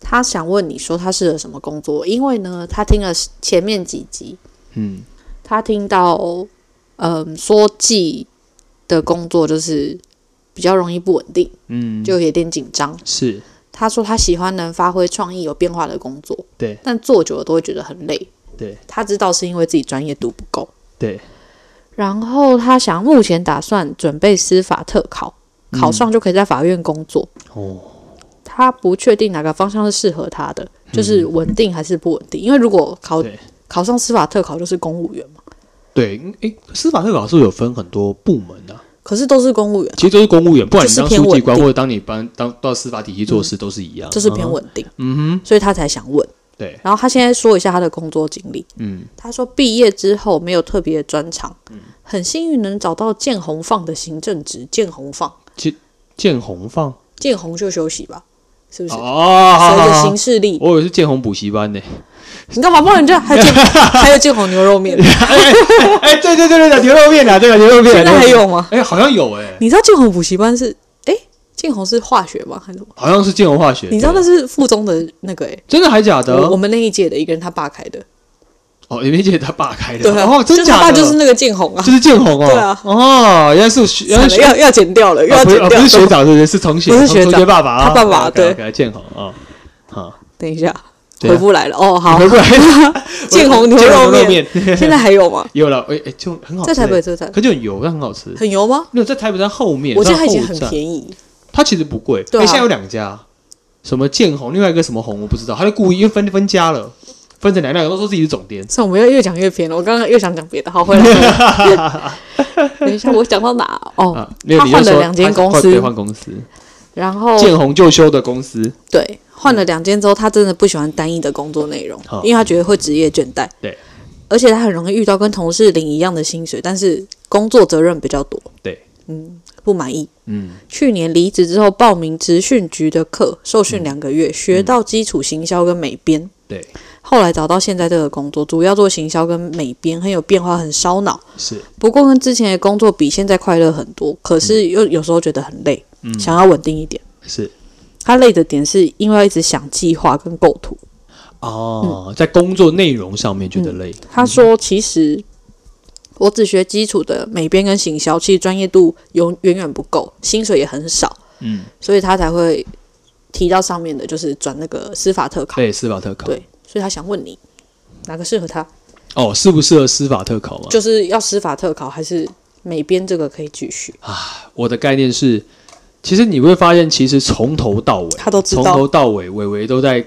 [SPEAKER 2] 他想问你说他适合什么工作？因为呢，他听了前面几集，
[SPEAKER 1] 嗯，
[SPEAKER 2] 他听到，嗯，说记的工作就是比较容易不稳定，
[SPEAKER 1] 嗯，
[SPEAKER 2] 就有点紧张。
[SPEAKER 1] 是
[SPEAKER 2] 他说他喜欢能发挥创意、有变化的工作，
[SPEAKER 1] 对
[SPEAKER 2] 但做久了都会觉得很累。
[SPEAKER 1] 对
[SPEAKER 2] 他知道是因为自己专业度不够，
[SPEAKER 1] 对，
[SPEAKER 2] 然后他想目前打算准备司法特考，
[SPEAKER 1] 嗯
[SPEAKER 2] 考上就可以在法院工作。
[SPEAKER 1] 哦，
[SPEAKER 2] 他不确定哪个方向是适合他的，就是稳定还是不稳定。因为如果考
[SPEAKER 1] 嗯对
[SPEAKER 2] 考上司法特考就是公务员嘛，
[SPEAKER 1] 对，诶，司法特考是不是有分很多部门啊，
[SPEAKER 2] 可是都是公务员，
[SPEAKER 1] 其实都是公务员，不管你
[SPEAKER 2] 就是
[SPEAKER 1] 当
[SPEAKER 2] 偏
[SPEAKER 1] 书记
[SPEAKER 2] 稳
[SPEAKER 1] 官
[SPEAKER 2] 定
[SPEAKER 1] 或者当你帮当到司法体系做事都是一样，
[SPEAKER 2] 就是
[SPEAKER 1] 嗯
[SPEAKER 2] 偏
[SPEAKER 1] 哼，
[SPEAKER 2] 稳定，
[SPEAKER 1] 嗯哼，
[SPEAKER 2] 所以他才想问。
[SPEAKER 1] 对，
[SPEAKER 2] 然后他现在说一下他的工作经历。
[SPEAKER 1] 嗯，
[SPEAKER 2] 他说毕业之后没有特别的专长，很幸运能找到建宏放的行政职。建宏放，
[SPEAKER 1] 见红放，
[SPEAKER 2] 建宏就休息吧，是不是？
[SPEAKER 1] 哦，好
[SPEAKER 2] 随
[SPEAKER 1] 好
[SPEAKER 2] 着
[SPEAKER 1] 好
[SPEAKER 2] 行事力，
[SPEAKER 1] 我以为是建红补习班呢。
[SPEAKER 2] 你干嘛帮 人家？还有建还有建宏牛肉面，
[SPEAKER 1] 哎，对对对对对，牛肉面 啊，对啊，牛肉面。
[SPEAKER 2] 现在还？有吗？
[SPEAKER 1] 哎，好像有哎，
[SPEAKER 2] 你知道建宏补习班是？哎，建宏是化学吗？还是什么？
[SPEAKER 1] 好像是建红化学。
[SPEAKER 2] 你知道那是附中的那个哎、
[SPEAKER 1] 真的还假的？
[SPEAKER 2] 我我们那一届的一个人他爸开的，
[SPEAKER 1] 哦，李梅姐他爸开的。
[SPEAKER 2] 对啊，
[SPEAKER 1] 哦，真
[SPEAKER 2] 就是他
[SPEAKER 1] 假
[SPEAKER 2] 爸
[SPEAKER 1] 的？
[SPEAKER 2] 就是那个建宏啊
[SPEAKER 1] 就，是建红哦。
[SPEAKER 2] 对啊
[SPEAKER 1] 哦，原来是学，原
[SPEAKER 2] 惨
[SPEAKER 1] 来学。
[SPEAKER 2] 了要要剪掉了，又
[SPEAKER 1] 啊
[SPEAKER 2] 要
[SPEAKER 1] 不是
[SPEAKER 2] 剪
[SPEAKER 1] 啊不
[SPEAKER 2] 掉
[SPEAKER 1] 是
[SPEAKER 2] 了。
[SPEAKER 1] 学长，对不对？是同学，
[SPEAKER 2] 不是
[SPEAKER 1] 同
[SPEAKER 2] 学长
[SPEAKER 1] 同学爸爸啊，
[SPEAKER 2] 他爸爸对
[SPEAKER 1] 给他建红啊，好，
[SPEAKER 2] 等一下，
[SPEAKER 1] 对啊
[SPEAKER 2] 回不来了哦。好
[SPEAKER 1] 回，过来，
[SPEAKER 2] 建宏 牛
[SPEAKER 1] 建
[SPEAKER 2] 肉
[SPEAKER 1] 红
[SPEAKER 2] 面
[SPEAKER 1] 肉面
[SPEAKER 2] 现在还有吗？
[SPEAKER 1] 有了，哎哎，就很好吃
[SPEAKER 2] 在
[SPEAKER 1] 哎，
[SPEAKER 2] 台北车站
[SPEAKER 1] 可就很油，但很好吃。
[SPEAKER 2] 很油吗？
[SPEAKER 1] 没有在台北站后面，
[SPEAKER 2] 我记得它以前
[SPEAKER 1] 在后
[SPEAKER 2] 很
[SPEAKER 1] 站
[SPEAKER 2] 便宜，
[SPEAKER 1] 它其实不贵，
[SPEAKER 2] 对啊
[SPEAKER 1] 诶现在有两家，什么建红，另外一个什么红我不知道，他就故意因为分分家了，分成两两个都说自己是总店。
[SPEAKER 2] 算我们要越讲越偏了。我刚刚又想讲别的，好，回来。回来等一下，我讲到哪？哦
[SPEAKER 1] 啊，，没有
[SPEAKER 2] 他
[SPEAKER 1] 你
[SPEAKER 2] 换
[SPEAKER 1] 就
[SPEAKER 2] 了
[SPEAKER 1] 说
[SPEAKER 2] 两间
[SPEAKER 1] 他
[SPEAKER 2] 公
[SPEAKER 1] 换对
[SPEAKER 2] 司，哦
[SPEAKER 1] 换公司，
[SPEAKER 2] 然后
[SPEAKER 1] 建红就修的公司，
[SPEAKER 2] 对换了两间之后，他真的不喜欢单一的工作内容，
[SPEAKER 1] 嗯好
[SPEAKER 2] 因为他觉得会职业倦怠。
[SPEAKER 1] 对，
[SPEAKER 2] 而且他很容易遇到跟同事领一样的薪水，但是工作责任比较多。
[SPEAKER 1] 对，
[SPEAKER 2] 嗯，不满意。
[SPEAKER 1] 嗯
[SPEAKER 2] 去年离职之后报名职训局的课，受训两个月，学到基础行销跟美编。
[SPEAKER 1] 嗯对，
[SPEAKER 2] 后来找到现在这个工作，主要做行销跟美编，很有变化，很烧脑。
[SPEAKER 1] 是，
[SPEAKER 2] 不过跟之前的工作比，现在快乐很多，可是又有时候觉得很累，
[SPEAKER 1] 嗯
[SPEAKER 2] 想要稳定一点。
[SPEAKER 1] 是
[SPEAKER 2] 他累的点是因为要一直想计划跟构图。
[SPEAKER 1] 哦，在工作内容上面觉得累，
[SPEAKER 2] 他
[SPEAKER 1] 嗯
[SPEAKER 2] 说：“其实我只学基础的美编跟行销，其实专业度永远远不够，薪水也很少，
[SPEAKER 1] 嗯，
[SPEAKER 2] 所以他才会提到上面的，就是转那个司法特考。
[SPEAKER 1] 对，司法特考，
[SPEAKER 2] 对所以他想问你，哪个适合他？
[SPEAKER 1] 哦，适不适合司法特考嘛？啊
[SPEAKER 2] 就是要司法特考还是美编这个可以继续？
[SPEAKER 1] 我的概念是，其实你会发现，其实从头到尾，
[SPEAKER 2] 他都知
[SPEAKER 1] 从
[SPEAKER 2] 道
[SPEAKER 1] 头到尾，伟伟都在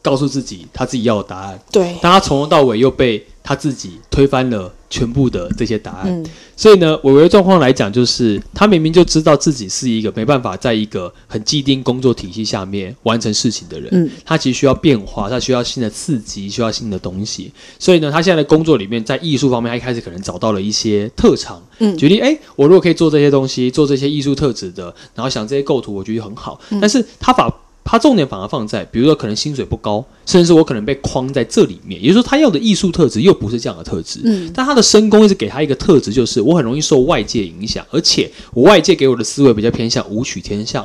[SPEAKER 1] 告诉自己他自己要的答案。
[SPEAKER 2] 对，
[SPEAKER 1] 但他从头到尾又被他自己推翻了全部的这些答案，
[SPEAKER 2] 嗯，
[SPEAKER 1] 所以呢，伟伟的状况来讲，就是他明明就知道自己是一个没办法在一个很既定工作体系下面完成事情的人，
[SPEAKER 2] 嗯
[SPEAKER 1] 他其实需要变化，他需要新的刺激，需要新的东西，所以呢，他现在的工作里面，在艺术方面，他一开始可能找到了一些特长，
[SPEAKER 2] 嗯
[SPEAKER 1] 举例，哎，我如果可以做这些东西，做这些艺术特质的，然后想这些构图，我觉得很好，
[SPEAKER 2] 嗯
[SPEAKER 1] 但是他把他重点反而放在，比如说可能薪水不高，甚至是我可能被框在这里面，也就是说他要的艺术特质又不是这样的特质。
[SPEAKER 2] 嗯，
[SPEAKER 1] 但他的深宫一直给他一个特质，就是我很容易受外界影响，而且我外界给我的思维比较偏向武曲天象。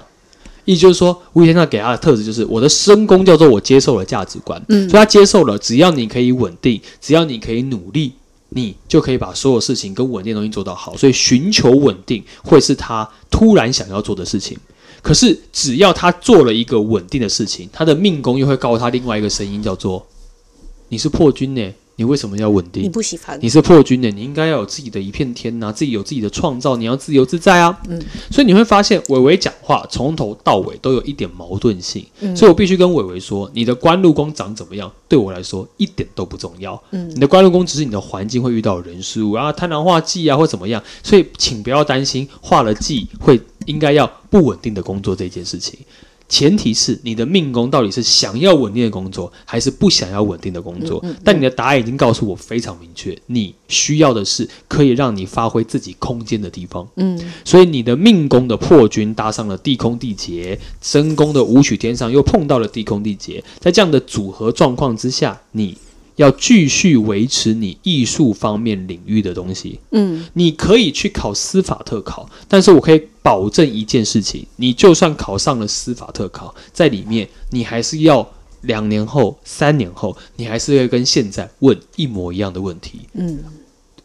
[SPEAKER 1] 意思就是说，吴宇天上给他的特质就是我的深宫叫做我接受了价值观，
[SPEAKER 2] 嗯
[SPEAKER 1] 所以他接受了，只要你可以稳定，只要你可以努力，你就可以把所有事情跟稳定的东西做到好。所以寻求稳定会是他突然想要做的事情。可是只要他做了一个稳定的事情，他的命宫又会告诉他另外一个声音，叫做你是破军呢、你你为什么要稳定？
[SPEAKER 2] 你不喜欢
[SPEAKER 1] 你是破军的，你应该要有自己的一片天呐、啊自己有自己的创造，你要自由自在啊。嗯，所以你会发现伟伟讲话从头到尾都有一点矛盾性，所以我必须跟伟伟说，你的官禄宫长怎么样，对我来说一点都不重要。嗯，你的官禄宫只是你的环境会遇到的人事物啊，贪婪化忌啊或怎么样，所以请不要担心化了忌会应该要不稳定的工作这件事情。前提是你的命宫到底是想要稳定的工作，还是不想要稳定的工作？但你的答案已经告诉我非常明确，你需要的是可以让你发挥自己空间的地方。嗯，所以你的命宫的破军搭上了地空地劫，身宫的武曲天上又碰到了地空地劫，在这样的组合状况之下，你。要继续维持你艺术方面领域的东西，嗯，你可以去考司法特考，但是我可以保证一件事情，你就算考上了司法特考，在里面你还是要两年后、三年后，你还是会跟现在问一模一样的问题，
[SPEAKER 2] 嗯，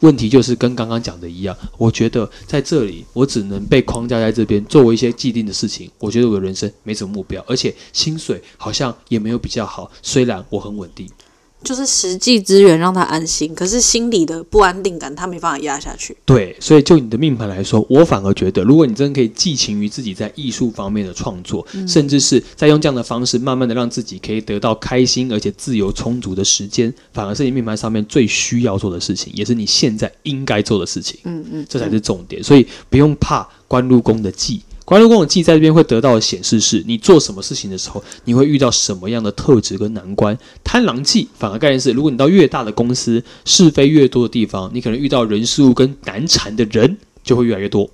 [SPEAKER 1] 问题就是跟刚刚讲的一样，我觉得在这里我只能被框架在这边，作为一些既定的事情，我觉得我的人生没什么目标，而且薪水好像也没有比较好，虽然我很稳定。
[SPEAKER 2] 就是实际资源让他安心，可是心里的不安定感他没办法压下去。
[SPEAKER 1] 对，所以就你的命盘来说，我反而觉得，如果你真的可以寄情于自己在艺术方面的创作，甚至是在用这样的方式，慢慢的让自己可以得到开心而且自由充足的时间，反而是你命盘上面最需要做的事情，也是你现在应该做的事情。嗯嗯，这才是重点，所以不用怕官禄宫的忌。官禄宫的忌在这边会得到的显示是，你做什么事情的时候，你会遇到什么样的特质跟难关。贪狼忌反而概念是，如果你到越大的公司，是非越多的地方，你可能遇到人事物跟难缠的人就会越来越多。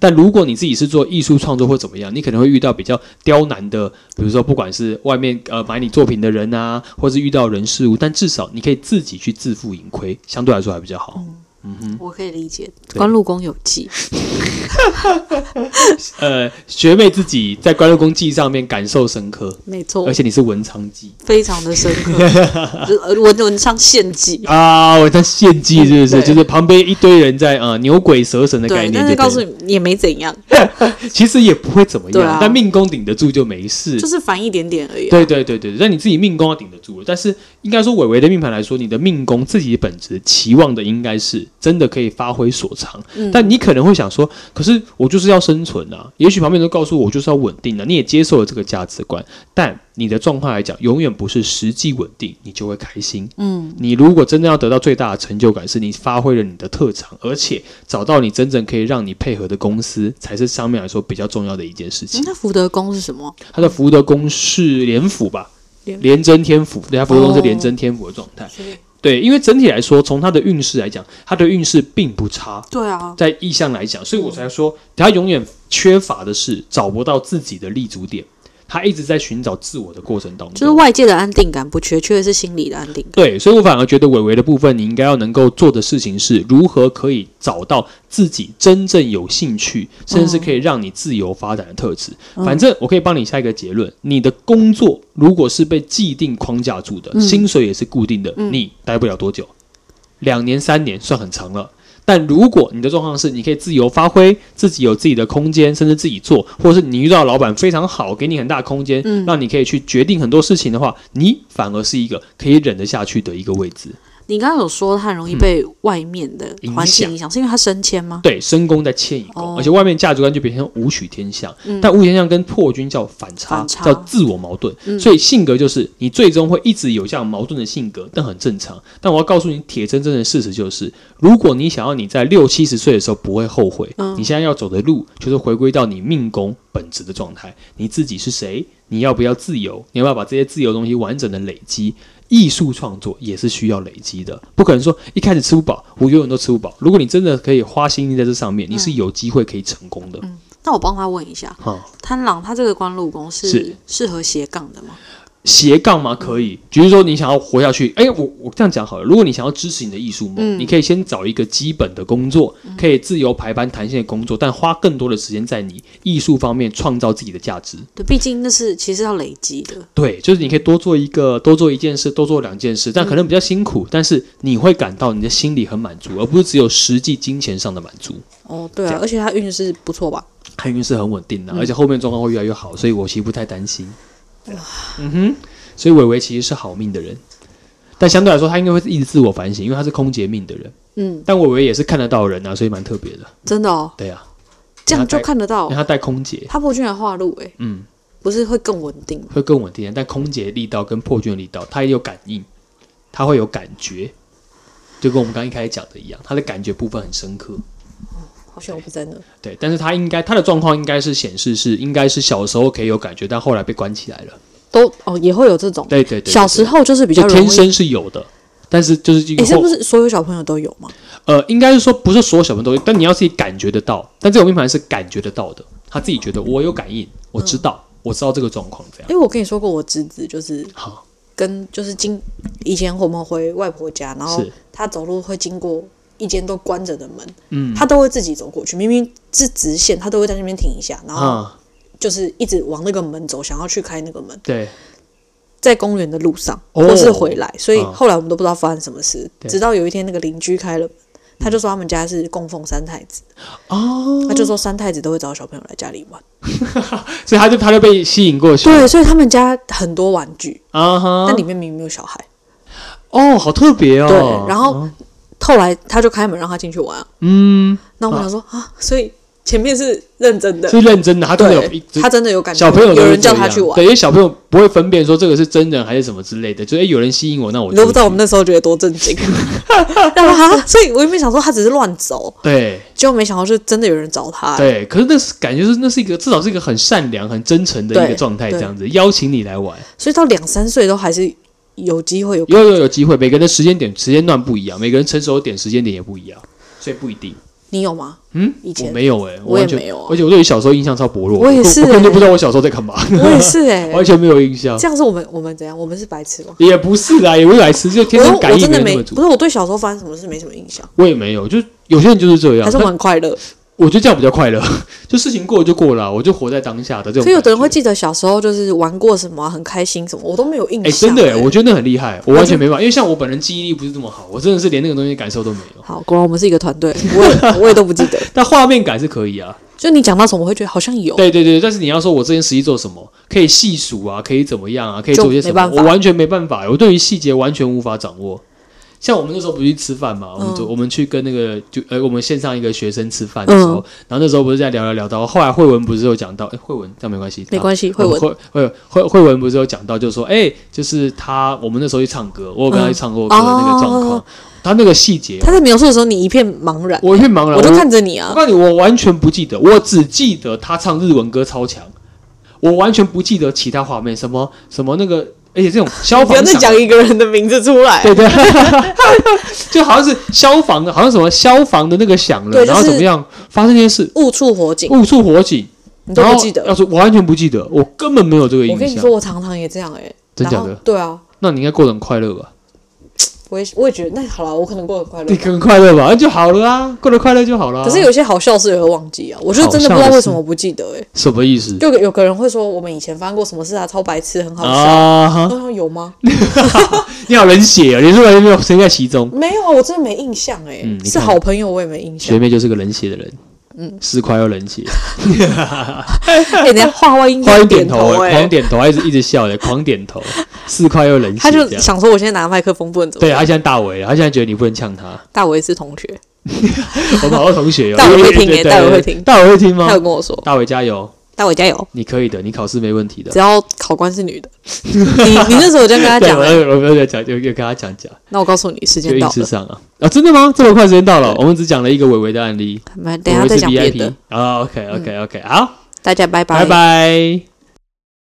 [SPEAKER 1] 但如果你自己是做艺术创作或怎么样，你可能会遇到比较刁难的，比如说不管是外面呃买你作品的人啊，或是遇到人事物，但至少你可以自己去自负盈亏，相对来说还比较好。
[SPEAKER 2] 我可以理解，
[SPEAKER 1] 对
[SPEAKER 2] 关禄宫有忌，
[SPEAKER 1] 呃，学妹自己在官禄宫忌上面感受深刻，
[SPEAKER 2] 没错
[SPEAKER 1] 而，且你是文昌忌。
[SPEAKER 2] 非常的深刻，呃文文上献祭。
[SPEAKER 1] 啊，我在献祭是不是？
[SPEAKER 2] 哦对
[SPEAKER 1] 就是旁边一堆人在啊、呃牛鬼蛇神的概
[SPEAKER 2] 对，
[SPEAKER 1] 念，
[SPEAKER 2] 但是
[SPEAKER 1] 就
[SPEAKER 2] 告诉
[SPEAKER 1] 对了
[SPEAKER 2] 你也没怎样，
[SPEAKER 1] 其实也不会怎么
[SPEAKER 2] 对
[SPEAKER 1] 样，
[SPEAKER 2] 啊
[SPEAKER 1] 但命宫顶得住就没事。
[SPEAKER 2] 就是烦一点点而已、啊。
[SPEAKER 1] 对对对对，但你自己命宫要顶得住了。但是应该说，伟伟的命盘来说，你的命宫自己本质期望的应该是真的可以发挥所长。但你可能会想说，可是我就是要生存啊。也许旁边都告诉我，我就是要稳定啊。你也接受了这个价值观，但你的状况来讲，永远不是实际稳定，你就会开心。嗯，你如果真正要得到最大的成就感，是你发挥了你的特长，而且找到你真正可以让你配合的公司，才是上面来说比较重要的一件事情
[SPEAKER 2] 嗯。那福德宫是什么？
[SPEAKER 1] 他的福德宫是廉府吧
[SPEAKER 2] 廉，
[SPEAKER 1] 廉贞天府，对，他福德宫是廉贞天府的状态。对，因为整体来说，从他的运势来讲，他的运势并不差，
[SPEAKER 2] 对啊，
[SPEAKER 1] 在意向来讲，所以我才说他永远缺乏的是找不到自己的立足点，他一直在寻找自我的过程当中，
[SPEAKER 2] 就是外界的安定感不缺，缺的是心理的安定感。
[SPEAKER 1] 对，所以我反而觉得伟伟的部分，你应该要能够做的事情是如何可以找到自己真正有兴趣，甚至是可以让你自由发展的特质。反正我可以帮你下一个结论：你的工作如果是被既定框架住的，薪水也是固定的，你待不了多久，两年三年算很长了。但如果你的状况是你可以自由发挥，自己有自己的空间，甚至自己做，或者是你遇到老板非常好，给你很大空间，让你可以去决定很多事情的话，你反而是一个可以忍得下去的一个位置。
[SPEAKER 2] 你刚刚有说他很容易被外面的
[SPEAKER 1] 嗯影
[SPEAKER 2] 环境
[SPEAKER 1] 响
[SPEAKER 2] 影响，是因为他升迁吗？
[SPEAKER 1] 对，申宫在迁移宫，
[SPEAKER 2] 哦
[SPEAKER 1] 而且外面价值观就比较像武曲天象，但武曲天象跟破军叫反差，
[SPEAKER 2] 反差嗯
[SPEAKER 1] 叫自我矛盾，所以性格就是你最终会一直有这样矛盾的性格，但很正常。但我要告诉你，铁铮铮的事实就是，如果你想要你在六七十岁的时候不会后悔，
[SPEAKER 2] 嗯
[SPEAKER 1] 你现在要走的路就是回归到你命宫本质的状态，你自己是谁，你要不要自由，你要不要把这些自由的东西完整的累积。艺术创作也是需要累积的，不可能说一开始吃不饱，我永远都吃不饱。如果你真的可以花心力在这上面，你
[SPEAKER 2] 嗯
[SPEAKER 1] 是有机会可以成功的。
[SPEAKER 2] 那我帮他问一下，
[SPEAKER 1] 哈、
[SPEAKER 2] 贪狼他这个官禄宫
[SPEAKER 1] 是
[SPEAKER 2] 是适合斜杠的吗？
[SPEAKER 1] 斜杠吗？可以，比如说你想要活下去，哎，我我这样讲好了。如果你想要支持你的艺术梦，你可以先找一个基本的工作，可以自由排班弹性的工作，但花更多的时间在你艺术方面创造自己的价值。
[SPEAKER 2] 对，毕竟那是其实要累积的。
[SPEAKER 1] 对，就是你可以多做一个，多做一件事，多做两件事，但可能比较辛苦，但是你会感到你的心里很满足，而不是只有实际金钱上的满足。
[SPEAKER 2] 哦，对
[SPEAKER 1] 这
[SPEAKER 2] 啊
[SPEAKER 1] 样，
[SPEAKER 2] 而且他运势不错吧？
[SPEAKER 1] 海运是很稳定啊
[SPEAKER 2] 嗯
[SPEAKER 1] 的，而且后面状况会越来越好，所以我其实不太担心。嗯哼，所以伟伟其实是好命的人，但相对来说，他应该会一直自我反省，因为他是空姐命的人。
[SPEAKER 2] 嗯，
[SPEAKER 1] 但我以为也是看得到人啊，所以蛮特别的。
[SPEAKER 2] 真的哦，
[SPEAKER 1] 对啊，
[SPEAKER 2] 这样就看得到
[SPEAKER 1] 因为他带空姐，
[SPEAKER 2] 他破军的话路，哎，
[SPEAKER 1] 嗯，
[SPEAKER 2] 不是会更稳定吗？
[SPEAKER 1] 会更稳定一点。但空姐力道跟破军的力道，他也有感应，他会有感觉，就跟我们刚一开始讲的一样，他的感觉部分很深刻。
[SPEAKER 2] 好像我不在那，
[SPEAKER 1] 对，但是他应该他的状况应该是显示是应该是小时候可以有感觉，但后来被关起来了。
[SPEAKER 2] 都哦也会有这种，
[SPEAKER 1] 对对对对
[SPEAKER 2] 小时候就是比
[SPEAKER 1] 比
[SPEAKER 2] 较容
[SPEAKER 1] 天
[SPEAKER 2] 易。
[SPEAKER 1] 生是有的，但是就是
[SPEAKER 2] 哎，
[SPEAKER 1] 以
[SPEAKER 2] 是
[SPEAKER 1] 后
[SPEAKER 2] 不是所有小朋友都有吗？
[SPEAKER 1] 呃，应该是说不是所有小朋友都有，但你要自己感觉得到。但这种命盘是感觉得到的，他自己觉得我有感应，我知
[SPEAKER 2] 嗯
[SPEAKER 1] 道，我知道这个状况这样。
[SPEAKER 2] 因为我跟你说过，我侄子就是
[SPEAKER 1] 好，
[SPEAKER 2] 跟就是经以前我们回外婆家，然后
[SPEAKER 1] 是
[SPEAKER 2] 他走路会经过一间都关着的门，
[SPEAKER 1] 嗯，
[SPEAKER 2] 他都会自己走过去，明明是直线，他都会在那边停一下，然后
[SPEAKER 1] 啊，
[SPEAKER 2] 就是一直往那个门走，想要去开那个门，
[SPEAKER 1] 对，
[SPEAKER 2] 在公园的路上
[SPEAKER 1] 哦
[SPEAKER 2] 或是回来，所以
[SPEAKER 1] 嗯
[SPEAKER 2] 后来我们都不知道发生什么事，
[SPEAKER 1] 对
[SPEAKER 2] 直到有一天那个邻居开了门。他就说他们家是供奉三太子，
[SPEAKER 1] 哦，
[SPEAKER 2] 他就说三太子都会找小朋友来家里玩，
[SPEAKER 1] 所以他就他就被吸引过去，
[SPEAKER 2] 对，所以他们家很多玩具，
[SPEAKER 1] 啊哈
[SPEAKER 2] 但，里面明明没有小孩。
[SPEAKER 1] 哦，好特别哦。
[SPEAKER 2] 对，然后后来他就开门让他进去玩啊，
[SPEAKER 1] 嗯，
[SPEAKER 2] 那我想说啊，所以前面是认真的，
[SPEAKER 1] 是认真的，他真的有一
[SPEAKER 2] 对，他真的有感觉，
[SPEAKER 1] 小朋友都是
[SPEAKER 2] 有人叫
[SPEAKER 1] 这
[SPEAKER 2] 他
[SPEAKER 1] 样
[SPEAKER 2] 去玩
[SPEAKER 1] 对，，因为小朋友不会分辨说这个是真人还是什么之类的，就哎、诶有人吸引我，那我
[SPEAKER 2] 你都不知道我
[SPEAKER 1] 就
[SPEAKER 2] 们那时候觉得多 震惊。然后啊，所以我原本想说他只是乱走，
[SPEAKER 1] 对
[SPEAKER 2] 结果没想到是真的有人找他。
[SPEAKER 1] 对，可是那是感觉是那是一个至少是一个很善良、很真诚的一个
[SPEAKER 2] 对
[SPEAKER 1] 状态，
[SPEAKER 2] 对
[SPEAKER 1] 这样子邀请你来玩，
[SPEAKER 2] 所以到两三岁都还是有机会有。
[SPEAKER 1] 有有有机会，每个人的时间点、时间段不一样，每个人成熟的点、时间点也不一样，所以不一定。
[SPEAKER 2] 你有吗？
[SPEAKER 1] 嗯，
[SPEAKER 2] 以
[SPEAKER 1] 我
[SPEAKER 2] 前
[SPEAKER 1] 没有哎、
[SPEAKER 2] 我也
[SPEAKER 1] 完全
[SPEAKER 2] 没有啊
[SPEAKER 1] 而且我对于小时候印象超薄弱的，
[SPEAKER 2] 我也是
[SPEAKER 1] 我根本
[SPEAKER 2] 欸
[SPEAKER 1] 就不知道我小时候在干嘛，
[SPEAKER 2] 我也是哎、
[SPEAKER 1] 完全没有印象
[SPEAKER 2] 这。样是我们我们怎样？我们是白痴吗？
[SPEAKER 1] 也不是啊啦，也不是来吃，就天生
[SPEAKER 2] 我
[SPEAKER 1] 感
[SPEAKER 2] 我
[SPEAKER 1] 应
[SPEAKER 2] 真的
[SPEAKER 1] 没那
[SPEAKER 2] 没
[SPEAKER 1] 么足。
[SPEAKER 2] 不是我对小时候发生什么事没什么印象，
[SPEAKER 1] 我也没有，就是有些人就是这样
[SPEAKER 2] 还是。
[SPEAKER 1] 但
[SPEAKER 2] 我蛮快乐。
[SPEAKER 1] 我觉得这样比较快乐， 就事情过了就过了啊、我就活在当下的这种感
[SPEAKER 2] 可
[SPEAKER 1] 觉。
[SPEAKER 2] 有的人会记得小时候就是玩过什么啊、很开心什么，我都没有印
[SPEAKER 1] 哎、
[SPEAKER 2] 象、
[SPEAKER 1] 真的哎、我觉得那很厉害，我完全没办法，因为像我本人记忆力不是这么好，我真的是连那个东西感受都没 有。
[SPEAKER 2] 好，果然我们是一个团队，我也我也都不记得。
[SPEAKER 1] 但画面感是可以啊，
[SPEAKER 2] 就你讲到什么，我会觉得好像有，
[SPEAKER 1] 对对对，但是你要说我之前实际做什么，可以细数啊，可以怎么样啊，可以做些什
[SPEAKER 2] 就没
[SPEAKER 1] 么，
[SPEAKER 2] 办法
[SPEAKER 1] 我完全没办法，我对于细节完全无法掌握。像我们那时候不是去吃饭
[SPEAKER 2] 嗯
[SPEAKER 1] 嘛，我们昨、我们去跟那个就呃我们线上一个学生吃饭的时候，
[SPEAKER 2] 嗯
[SPEAKER 1] 然后那时候不是在聊聊聊到，后来慧文不是有讲到，哎、慧文这样没关系，
[SPEAKER 2] 没关系，会
[SPEAKER 1] 慧
[SPEAKER 2] 闻。
[SPEAKER 1] 慧慧慧慧文不是有讲到，就是说，哎、就是他我们那时候去唱歌，我有跟他去唱过歌的那个状况，
[SPEAKER 2] 嗯哦
[SPEAKER 1] 他那个细节，
[SPEAKER 2] 他在描述的时候，你一片茫然，
[SPEAKER 1] 我一片茫然，
[SPEAKER 2] 我就
[SPEAKER 1] 我
[SPEAKER 2] 看着你
[SPEAKER 1] 我
[SPEAKER 2] 啊。
[SPEAKER 1] 告诉你，我完全不记得，我只记得他唱日文歌超强，我完全不记得其他画面，什么什么那个，而且 这种消
[SPEAKER 2] 你不要
[SPEAKER 1] 防
[SPEAKER 2] 再
[SPEAKER 1] 响
[SPEAKER 2] 讲一个人的名字出来，
[SPEAKER 1] 对对，就好像是消防的，好像什么消防的那个响了，
[SPEAKER 2] 对
[SPEAKER 1] 然后
[SPEAKER 2] 就是
[SPEAKER 1] 怎么样发生这件事，
[SPEAKER 2] 误触火警，
[SPEAKER 1] 误触火警，
[SPEAKER 2] 你都
[SPEAKER 1] 然
[SPEAKER 2] 不
[SPEAKER 1] 后
[SPEAKER 2] 记得。
[SPEAKER 1] 要说我完全不记得，我根本没有这个
[SPEAKER 2] 我
[SPEAKER 1] 印
[SPEAKER 2] 跟你
[SPEAKER 1] 象
[SPEAKER 2] 说，。我常常也这样哎、
[SPEAKER 1] 真假
[SPEAKER 2] 然
[SPEAKER 1] 的
[SPEAKER 2] 后对啊，
[SPEAKER 1] 那你应该过得很快乐吧？
[SPEAKER 2] 我也我也觉得，那好了，我可能过得很快 乐
[SPEAKER 1] 你。很快乐吧，那就好了啊，过得快乐就好了啊。
[SPEAKER 2] 可是有些好笑事也会忘记啊，我就真的不知道为什么我不记得哎、
[SPEAKER 1] 什么意思？
[SPEAKER 2] 就有个人会说我们以前发生过什么事啊，超白痴，很好笑。
[SPEAKER 1] 啊
[SPEAKER 2] 我
[SPEAKER 1] 哈，
[SPEAKER 2] 想说有吗？
[SPEAKER 1] 你好冷血啊！你是不是没有身在其中？
[SPEAKER 2] 没有啊，我真的没印象哎、
[SPEAKER 1] 嗯你看
[SPEAKER 2] 是好朋友我也没印象
[SPEAKER 1] 学。妹就是个冷血的人，嗯，是快要冷 血，
[SPEAKER 2] 哎、人家画外音
[SPEAKER 1] 花一点
[SPEAKER 2] 点
[SPEAKER 1] 头欸，
[SPEAKER 2] 哎、
[SPEAKER 1] 狂点头，还一直一直笑的，狂点头，四块又冷血，
[SPEAKER 2] 他就
[SPEAKER 1] 这样。
[SPEAKER 2] 想说我现在拿麦克风不能怎
[SPEAKER 1] 啊
[SPEAKER 2] 么
[SPEAKER 1] 对啊
[SPEAKER 2] 样。
[SPEAKER 1] 他现在大伟了，他现在觉得你不能呛 他。
[SPEAKER 2] 大伟是同学，
[SPEAKER 1] 我们好多同学哦，
[SPEAKER 2] 大伟会听
[SPEAKER 1] 对对
[SPEAKER 2] 欸
[SPEAKER 1] 对
[SPEAKER 2] 大伟会
[SPEAKER 1] 对
[SPEAKER 2] 听
[SPEAKER 1] 大伟会听
[SPEAKER 2] 他有
[SPEAKER 1] 吗？
[SPEAKER 2] 跟我说，
[SPEAKER 1] 大伟加油，
[SPEAKER 2] 大伟加油，
[SPEAKER 1] 你可以的，你考试没问题的
[SPEAKER 2] 只。要考官是女的。你你那时候就跟他
[SPEAKER 1] 对，
[SPEAKER 2] 讲
[SPEAKER 1] 我
[SPEAKER 2] 了，
[SPEAKER 1] 有我有讲，有有跟他讲讲，
[SPEAKER 2] 那我告诉你时
[SPEAKER 1] 就
[SPEAKER 2] 间
[SPEAKER 1] 一
[SPEAKER 2] 到
[SPEAKER 1] 直
[SPEAKER 2] 了，
[SPEAKER 1] 上啊啊！真的吗？这么快时间到了，我们只讲了一个伟伟的案例，
[SPEAKER 2] 我们等一下
[SPEAKER 1] 我
[SPEAKER 2] 再
[SPEAKER 1] 是
[SPEAKER 2] 讲别
[SPEAKER 1] VIP
[SPEAKER 2] 的，嗯
[SPEAKER 1] 啊，OK，OK，OK，好，
[SPEAKER 2] 哦大家拜
[SPEAKER 1] 拜拜。